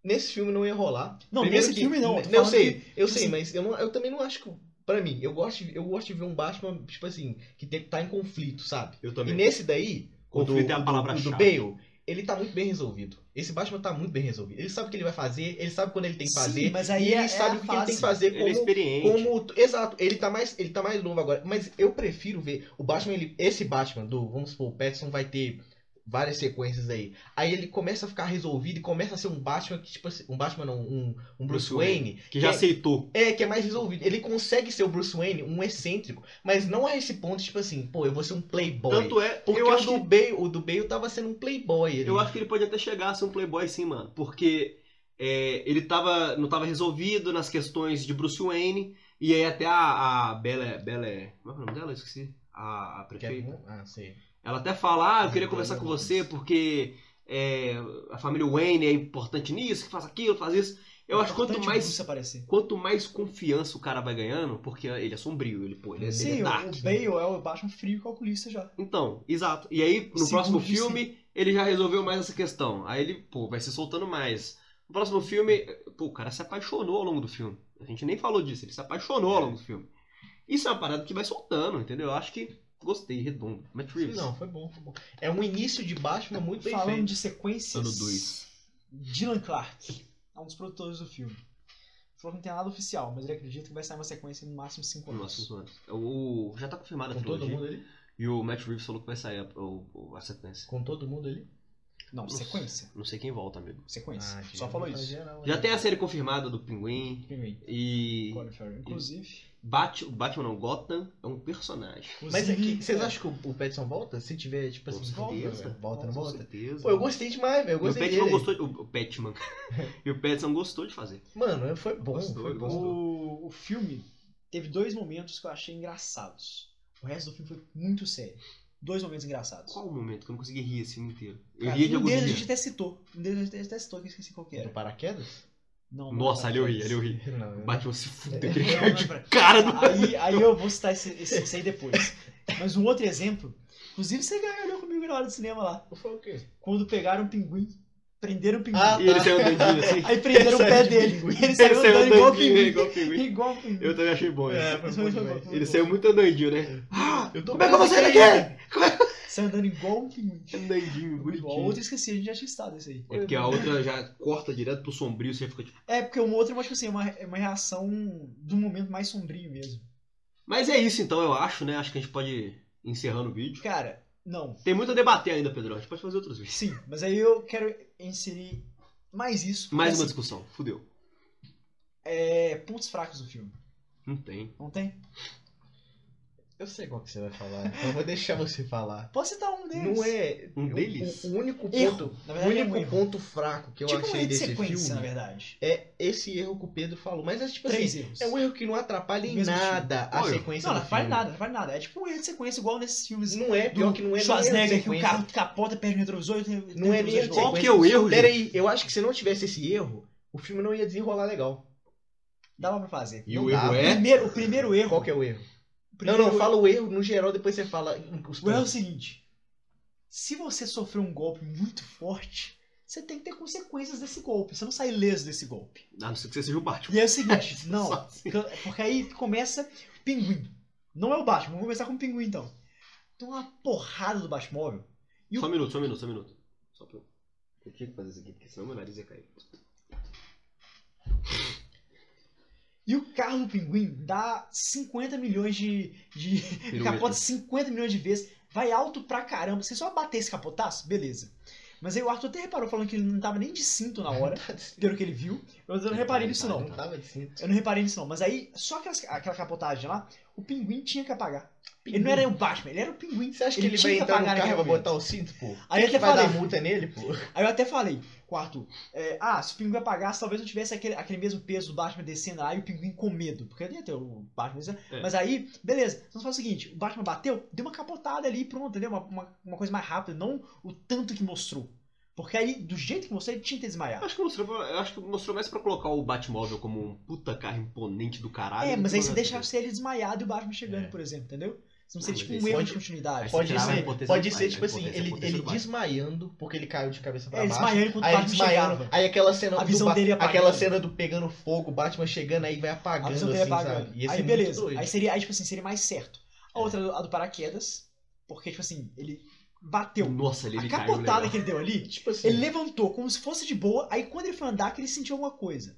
Nesse filme não ia rolar. Não, Primeiro nesse que- filme não. Eu, tô falando sei, que- eu tipo sei, assim- mas eu, não- eu também não acho que. Pra mim, eu gosto, de- eu gosto de ver um Batman, tipo assim, que tem, tá em conflito, sabe? Eu E nesse daí, o do, Conflito é a o do- palavra o do chave. Bale, ele tá muito bem resolvido. Esse Batman tá muito bem resolvido. Ele sabe o que ele vai fazer, ele sabe quando ele tem que Sim, fazer. mas aí e ele é- é sabe a o que ele tem fase. que fazer Ele é como experiente. como exato, ele tá mais, ele tá mais novo agora, mas eu prefiro ver o Batman, ele- esse Batman do, vamos supor, o Pattinson vai ter várias sequências aí. Aí ele começa a ficar resolvido e começa a ser um Batman que tipo assim, um Batman não, um, um Bruce, Bruce Wayne, Wayne, Que já é- aceitou. é, que é mais resolvido. Ele consegue ser o Bruce Wayne, um excêntrico, mas não a esse ponto tipo assim, pô, eu vou ser um playboy. Tanto é, porque eu o, acho do que, Bale, o do Bale tava sendo um playboy ele. eu acho que ele pode até chegar a ser um playboy sim, mano. Porque é, ele tava, não tava resolvido nas questões de Bruce Wayne. E aí até a, a Bela... Bela... Como é o nome dela? Eu esqueci. A, a Que é- prefeita. ah, sei. Ela até fala, ah, eu queria Hum, conversar com Bela você Luz. porque é, a família Wayne é importante nisso, que faz aquilo, faz isso. Eu acho que quanto Importante mais... Bruce aparecer. Quanto mais confiança o cara vai ganhando, porque ele é sombrio, ele, pô, ele é, ele é Sim, o- dark. o Bale é o Batman frio e calculista já. Então, exato. E aí, no Segundo próximo disse- filme, ele já resolveu mais essa questão. Aí ele, pô, vai se soltando mais. No próximo filme, pô, o cara se apaixonou ao longo do filme. A gente nem falou disso, ele se apaixonou ao longo do filme. Isso é uma parada que vai soltando, entendeu? Eu acho que gostei, redondo. Matt Reeves. Não, foi bom, foi bom. É um início de Batman muito bem Falando feito. de sequências. Ano dois. Dylan Clark é um dos produtores do filme. Falou que não tem nada oficial, mas ele acredita que vai sair uma sequência em no máximo 5 No anos. máximo anos. O, já tá confirmada a Com todo trilogia. mundo ali? E o Matt Reeves falou que vai sair a, o- a sequência. Com todo mundo ali? Não, sequência. Não sei quem volta, amigo. Sequência. Ah, Só gente, falou tá isso. geral, Já né? tem a série confirmada do Pinguim. Primeiro, E. Colin Farrell. Inclusive. Bat, o Batman não, Gotham é um personagem. Mas é que, inclusive, vocês é, acham que o- o Petson volta? Se tiver, tipo assim, Com volta, certeza. velho, volta, não Com volta? certeza. Pô, eu gostei demais, velho. Eu E o gostei Batman dele. gostou. O o Batman. e o Batman gostou de fazer. Mano, foi bom. Gostou, foi bom. gostou. O, o filme teve dois momentos que eu achei engraçados. O resto do filme foi muito sério. Dois momentos engraçados. Qual o momento que eu não consegui rir esse filme inteiro? Eu Cara, ria de um algum deles a dia. gente até citou. Um deles a gente até citou que eu esqueci qual que Do era. paraquedas? Não, não Nossa, era ali eu ri, Paraquedas. ali eu ri. Não, né? eu não- Batman se fudeu. Não, aquele não cara de era- cara do. Aí, aí eu vou citar esse, esse, esse aí depois. Mas um outro exemplo, inclusive você gargalhou comigo na hora do cinema lá. Foi o quê? Quando pegaram um pinguim, prenderam um pinguim. Ah, E ele saiu andando assim. aí prenderam o Ele pé saiu de dele. pinguim. Ele saiu saiu andando igual o andandinho, pinguim. igual o pinguim. Igual o pinguim. Eu também achei bom É, isso. foi bom demais. Ele saiu muito andandinho, né? Ah! Eu Como é que eu vou sair daqui? É Saiu andando igual um pinguim. Andandinho, A bonitinho. outra eu esqueci, a gente já tinha citado isso aí. É porque a outra já corta direto pro sombrio, você fica tipo. É, porque uma outra, mas tipo assim, é uma, é uma reação do momento mais sombrio mesmo. Mas é isso então, eu acho, né? Acho que a gente pode ir encerrando o vídeo. Cara, não. Tem muito a debater ainda, Pedro. A gente pode fazer outros vídeos. Sim, mas aí eu quero inserir mais isso. porque, Mais uma assim, discussão. Fudeu. É, pontos fracos do filme. Não tem. Não tem? Eu sei qual que você vai falar. Então eu vou deixar você falar. Posso citar um deles? Não é. Um o- deles? O, único Erro. ponto. Na O verdade, é um único erro. ponto fraco que eu tipo um achei erro de desse sequência, filme na verdade. é esse erro que o Pedro falou. Mas é tipo assim, Três erros. É um erro que não atrapalha em Mesmo nada a Olha, sequência Não, do não faz filme. nada, não faz nada. É tipo um erro de sequência, igual nesses filmes. Não é, pior que não é nem erro de Schwarzenegger, que o sequência. carro capota, perde o retrovisor e tem- tem Não é retrovisor nem erro de de volta. Qual que sequência. é o erro, Pera gente? aí, eu acho que se não tivesse esse erro, o filme não ia desenrolar legal. Dava pra fazer. E o erro é? Primeiro, o primeiro erro. Qual que é o erro? o primeiro não, não, erro- fala o erro no geral, depois você fala os O erro é o pontos. seguinte: se você sofreu um golpe muito forte, você tem que ter consequências desse golpe. Você não sai ileso desse golpe. A não ser que você seja o Batman. E é o seguinte: não, Só assim. porque aí começa o pinguim. Não é o Batman, vamos começar com o pinguim então. Tem uma porrada do Batmóvel. E o- Só um minuto, só um minuto, só um minuto. Só pra... Eu tinha que fazer isso aqui, porque senão meu nariz ia cair. E o carro do pinguim dá 50 milhões de. de Pirueta. capota 50 milhões de vezes. Vai alto pra caramba. Se só bater esse capotaço, beleza. Mas aí o Arthur até reparou falando que ele não tava nem de cinto na hora, pelo que ele viu. Mas eu não tá reparei nisso não. Não tava de cinto. Eu não reparei nisso não. Mas aí, só aquelas- aquela capotagem lá, o pinguim tinha que apagar. Ele não era o Batman, ele era o pinguim. Você acha que ele, vai tinha entrar no apagar carro e vai naquele botar momento. o cinto, pô? Aí eu até Vai falei, dar multa nele, pô? Aí eu até falei com o Arthur, é, ah, se o pinguim apagasse, talvez não tivesse aquele, aquele mesmo peso do Batman descendo lá e o pinguim com medo, porque ele ia ter o Batman descendo. É. Mas aí, beleza, então faz o seguinte, o Batman bateu, deu uma capotada ali e pronto, entendeu? Uma, uma, uma coisa mais rápida, não o tanto que mostrou. Porque aí, do jeito que mostrou, ele tinha que ter desmaiado. Acho que mostrou, pra- eu acho que mostrou mais pra colocar o Batmóvel como um puta carro imponente do caralho. é, do mas que aí você pra- deixasse ele desmaiado e o Batman chegando, É. por exemplo, entendeu? Você não ser né? Ah, tipo mas um aí erro você de pode- continuidade. aí você Pode tirava a ser, potência pode do ser, pai, tipo né? assim, Potência, ele, potência ele do pai. desmaiando, porque ele caiu de cabeça pra É, baixo. desmaiando enquanto o Aí ele Batman desmaiando. chegava. Aí aquela cena. A do visão Ba- dele apagando. Aquela cena do pegando fogo, o Batman chegando, aí vai apagando, Aí você não assim, teria pagando. sabe? Ia é ser aí muito beleza. doido. Aí seria, aí, tipo assim, seria mais certo. A É. outra, é a do paraquedas, porque, tipo assim, ele bateu. Nossa, ali A Hum, ele caiu. capotada legal. que ele deu ali, Tipo assim. ele levantou como se fosse de boa, aí quando ele foi andar, que ele sentiu alguma coisa.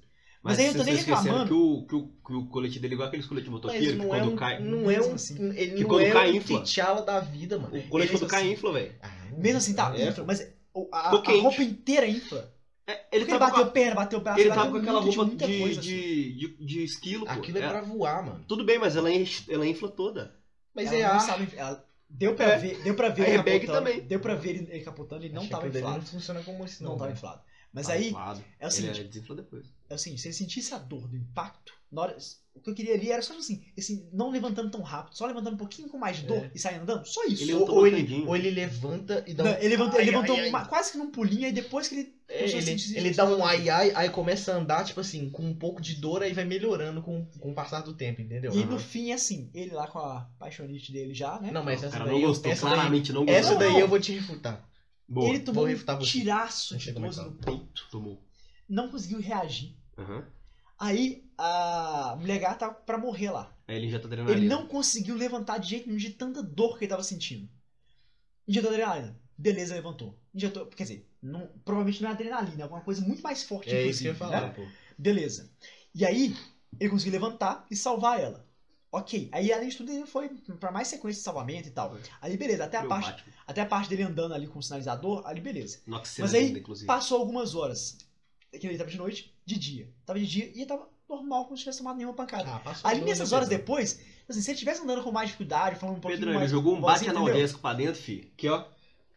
Mas, Mas aí eu tô vocês nem esqueceram reclamando. Que o, que, o, que o colete dele é igual aqueles coletes de motoqueiro, que não é quando um- cai. Não é Mesmo um. assim. Ele Que não quando é cai, um infla. T'Challa da vida, mano. O colete Ele- quando cai, infla, velho. Ah, Mesmo assim, tá, é, infla, mas o- a, Tô a quente. roupa inteira infla. É, Ele Porque ele tava com bateu a- perna, bateu braço, ele bateu tava com aquela muito, roupa muita de, coisa, assim. de, de, de esquilo, pô. Aquilo é É- pra voar, mano. Tudo bem, mas ela, enche- ela é infla toda. Mas Ela é não ar. sabe- ela- Deu pra É. ver, deu pra ver A ele Rebecca capotando. também. Deu pra ver ele, ele capotando, ele não Acho que tava aquilo dele inflado. Não funciona como isso, Não, não. tava velho. inflado. Mas Tá aí, inflado. é o Ele seguinte, é- desinfla depois. é o seguinte, se ele sentisse a dor do impacto, na hora, o que eu queria ali era só assim, esse não levantando tão rápido, só levantando um pouquinho com mais dor É. e sair andando, só isso. Ele é um ou, levantou ou ele, bastante. ou ele levanta e dá um. Não, ele levantou, ele ai, levantou ai, uma- ai. quase que num pulinho, aí depois que ele. É, começou a ele, sentir- ele dá um ai ai, aí começa a andar, tipo assim, com um pouco de dor, aí vai melhorando com, com o passar do tempo, entendeu? e aham. no fim é assim, ele lá com a paixonite dele já, né? Não, mas O essa cara daí, não eu- gostou, essa daí, claramente não gostou. essa Não, daí não. eu vou te refutar. Boa. ele tomou refutar um você. tá. tiraço Não sei de 12 no comentar. peito, Tomou. não conseguiu reagir. Aham. Aí a mulher gata tava pra morrer lá. Aí ele já tá adrenalina. Ele não conseguiu levantar de jeito nenhum de tanta dor que ele tava sentindo. Injetou adrenalina. Beleza, levantou. Injetou, quer dizer, não- provavelmente não é adrenalina, é alguma coisa muito mais forte, É isso que inclusive, eu ia falar, né? pô. Beleza. E aí, ele conseguiu levantar e salvar ela. Ok. Aí, além de tudo, ele foi pra mais sequência de salvamento e tal. Aí, beleza, até a, Meu parte, Batman. até a parte dele andando ali com o sinalizador, ali, beleza. Nossa, que Mas cena aí, linda, inclusive. Passou algumas horas. Que ele tava de noite, de dia. Tava de dia e tava normal, como se tivesse tomado nenhuma pancada. Ah, passou Ali do- nessas do- horas depois, assim, se ele estivesse andando com mais dificuldade, falando um pouquinho Pedro, ele mais. assim, jogou um bate Igualzinho, analgésico pra dentro, fi. Aqui, ó.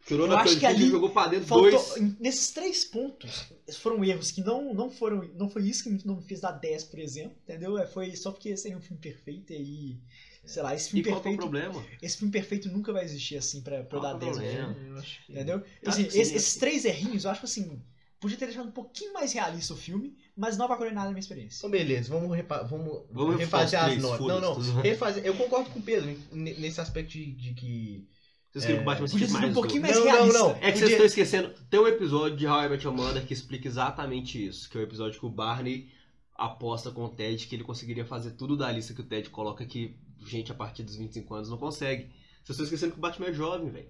Tirou Eu na acho que coisa ali jogou pra dentro Faltou, dois. em- nesses três pontos, foram erros que não, não foram. Não foi isso que não me fez dar 10, por exemplo, entendeu? É, Foi só porque esse aí é um filme perfeito e aí. Sei lá, esse E filme qual que é o perfeito. problema? esse filme perfeito nunca vai existir assim pra, pra eu Qual dar que é o 10 no problema? filme, Eu acho que- Entendeu? Ah, Assim, sim, esse- eu esses sei. três errinhos, eu acho que assim. Podia ter deixado um pouquinho mais realista o filme, mas não avacalhou em nada a minha experiência. Então, beleza, vamos, repa- vamos, Vamos refazer refutar os as três, notas. Não, foda-se, não, tô zoando. refazer. Eu concordo com o Pedro n- nesse aspecto de, de que. Vocês queriam que o Batman Podia sentisse ser um mais pouquinho dor. mais Não, não, realista. não. É que vocês Podia- estão esquecendo. Tem um episódio de How I Met Your Mother que explica exatamente isso. Que é o episódio que o Barney aposta com o Ted que ele conseguiria fazer tudo da lista que o Ted coloca que gente a partir dos 25 anos não consegue. Vocês estão esquecendo que o Batman é jovem, velho.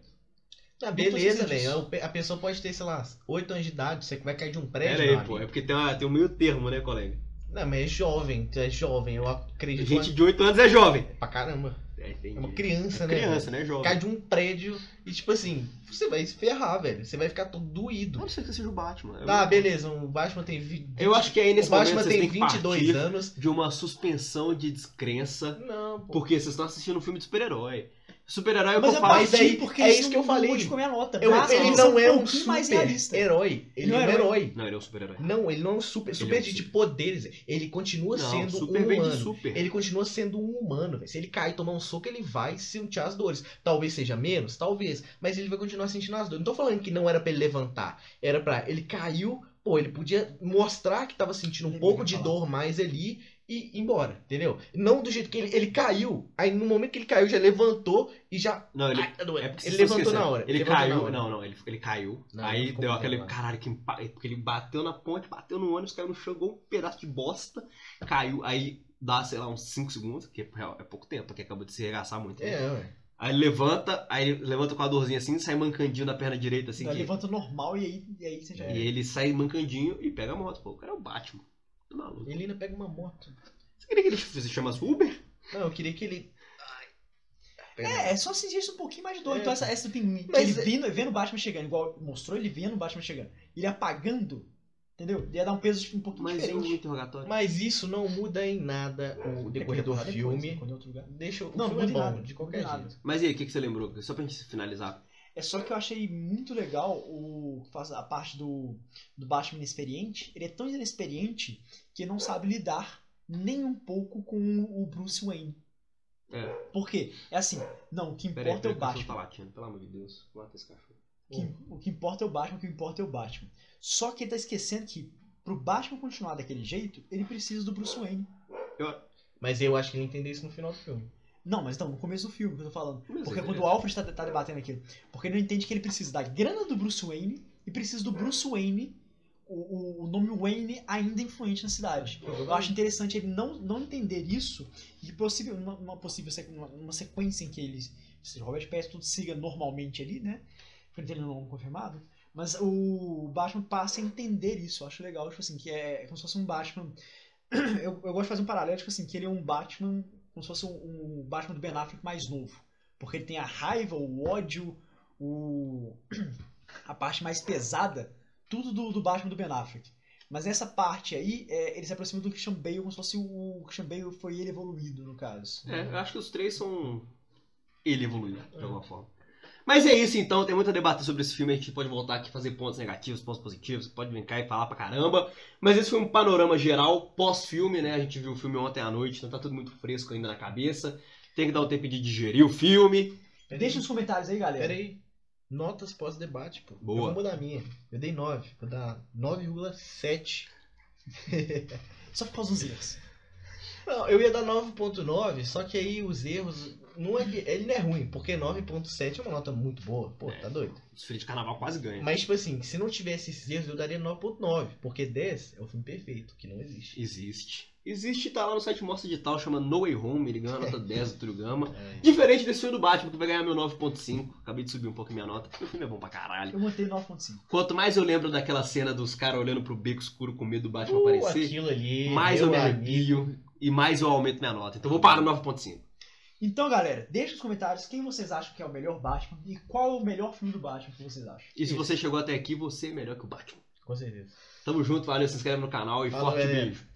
Ah, precisa beleza, disso. velho. A pessoa pode ter, sei lá, 8 anos de idade, você que vai cair de um Pera prédio. meu aí, pô. amigo. É porque tem, uma- tem um meio termo, né, colega? Não, mas é jovem, tu é jovem, eu acredito. Gente de 8 anos é jovem. Pra caramba. É entendi. É uma criança, né? Criança, né, jovem? Cai de um prédio e, tipo assim, você vai se ferrar, velho. Você vai ficar todo doído. Não sei que seja o Batman. Tá, beleza, o Batman tem 20. é Eu acho que aí nesse o Batman momento vocês tem têm que 22 partir anos. de uma suspensão de descrença, Não, pô. porque vocês estão assistindo um filme de super-herói. É Super-herói é eu Mas eu falo, mas parti aí- porque é isso isso que não eu falei. modificou minha nota. Eu- Mas ele eles não são é um pouquinho mais realista. super-herói. Ele Não não é é um herói. Não, ele é um super-herói. Não, ele não é um super. Ele é um Super de super. poderes. Ele continua Não, sendo super um vem de humano. super. Ele continua sendo um humano, velho. Se ele cair e tomar um soco, ele vai sentir as dores. Talvez seja menos, talvez. Mas ele vai continuar sentindo as dores. Não tô falando que não era pra ele levantar. Era pra. Ele caiu, pô, ele podia mostrar que tava sentindo um Ele pouco ia de falar. dor mais ali e ir embora, entendeu? Não do jeito que ele. Ele caiu. Aí no momento que ele caiu, já levantou e já. Não, ele... Ai, tá doendo. É porque ele vocês estão levantou na esquecendo. hora. Ele levantou na caiu. hora. Não, não, ele, ele caiu. Não, não aí ficou deu bem, aquele. não. Caralho, que impacto. Porque ele bateu na ponte, bateu no ônibus, caiu no chão, igual um pedaço de bosta. Caiu. Aí dá, sei lá, uns 5 segundos, que é, é pouco tempo, porque acabou de se regaçar muito. né? É, ué. Aí ele levanta, aí ele levanta com a dorzinha assim, sai mancandinho da perna direita, assim. Então, que- levanta normal e aí, e aí você já. É. E ele sai mancandinho e pega a moto. Pô, o cara é o Batman. Tá maluco. Ele ainda pega uma moto. Você queria que ele se chamasse Uber? Não, eu queria que ele. Ai. Pega uma É, é só sentir isso um pouquinho mais de dor. É. Então essa, essa tem que Mas ele é- vendo, vendo o Batman chegando, igual mostrou ele vendo o Batman chegando. Ele apagando, entendeu? Ia dar um peso tipo, um pouquinho Mas e o diferente. interrogatório? Mas isso não muda em nada o decorrer do É que ele ia parar depois, filme. né, quando é outro lugar. Deixa o filme Não, não é muda em bom, nada, de não muda qualquer em nada. jeito. Mas e aí, o que, que você lembrou? Só pra gente finalizar. É só que eu achei muito legal o faz a parte do, do Batman inexperiente. Ele é tão inexperiente que não sabe lidar nem um pouco com o Bruce Wayne. É. Por quê? É assim, não, o que Peraí, importa peraí, é o o cachorro tá Batman. latindo, pelo amor de Deus. Mata esse cachorro. O que- o que importa é o Batman, o que importa é o Batman. Só que ele tá esquecendo que pro Batman continuar daquele jeito, ele precisa do Bruce Wayne. Mas eu acho que ele entendeu isso no final do filme. Não, mas não, no começo do filme que eu tô falando. Mas Porque é- quando o Alfred tá, tá debatendo aquilo. Porque ele não entende que ele precisa da grana do Bruce Wayne e precisa do Bruce Wayne, o, o- o nome Wayne ainda influente na cidade. Eu acho interessante ele não, não entender isso e possível, uma, uma possível sequ- uma, uma sequência em que ele, se Robert Pattinson tudo siga normalmente ali, né? Porque ele não é confirmado. Mas o Batman passa a entender isso, eu acho legal, tipo assim, que é como se fosse um Batman. Eu, eu gosto de fazer um paralelo, tipo assim, que ele é um Batman, como se fosse um, um Batman do Ben Affleck mais novo. Porque ele tem a raiva, o ódio, o... a parte mais pesada, tudo do, do Batman do Ben Affleck. Mas nessa parte aí, é, ele se aproxima do Christian Bale como se fosse o, o Christian Bale foi ele evoluído, no caso. É, eu acho que os três são É. ele evoluiu, de alguma forma. Mas é isso então, tem muito a debater sobre esse filme, a gente pode voltar aqui fazer pontos negativos, pontos positivos, pode brincar e falar pra caramba. Mas esse foi um panorama geral pós-filme, né? A gente viu o filme ontem à noite, então tá tudo muito fresco ainda na cabeça. Tem que dar um tempo de digerir o filme. Deixa nos comentários aí, galera. Pera aí. Notas pós-debate, pô. Boa. Eu vou mudar a minha. Eu dei 9. Vou dar 9,7. Só por causa dos erros. Não, eu ia dar 9,9, só que aí os erros. Não é que. Ele não é ruim, porque 9,7 é uma nota muito boa. Pô, É. tá doido. Os filhos de carnaval quase ganham. Mas, tipo assim, se não tivesse esses erros, eu daria 9,9. Porque 10 é o filme perfeito, que não existe. Existe. Existe, tá lá no site Mostra Digital, chama No Way Home, ele ganha a nota 10 do Trio Gama. É. Diferente desse filme do Batman, que vai ganhar meu 9.5. Acabei de subir um pouco minha nota, porque o filme é bom pra caralho. Eu montei 9.5. Quanto mais eu lembro daquela cena dos caras olhando pro beco escuro com medo do Batman Uh, aparecer, aquilo ali. mais um meu eu me amigo. arrepio e mais eu aumento minha nota. Então eu vou parar no 9.5. Então, galera, deixa nos comentários quem vocês acham que é o melhor Batman e qual é o melhor filme do Batman que vocês acham. E se você chegou até aqui, você é melhor que o Batman. Com certeza. Tamo junto, valeu, se inscreve no canal e Falou, forte galera. beijo.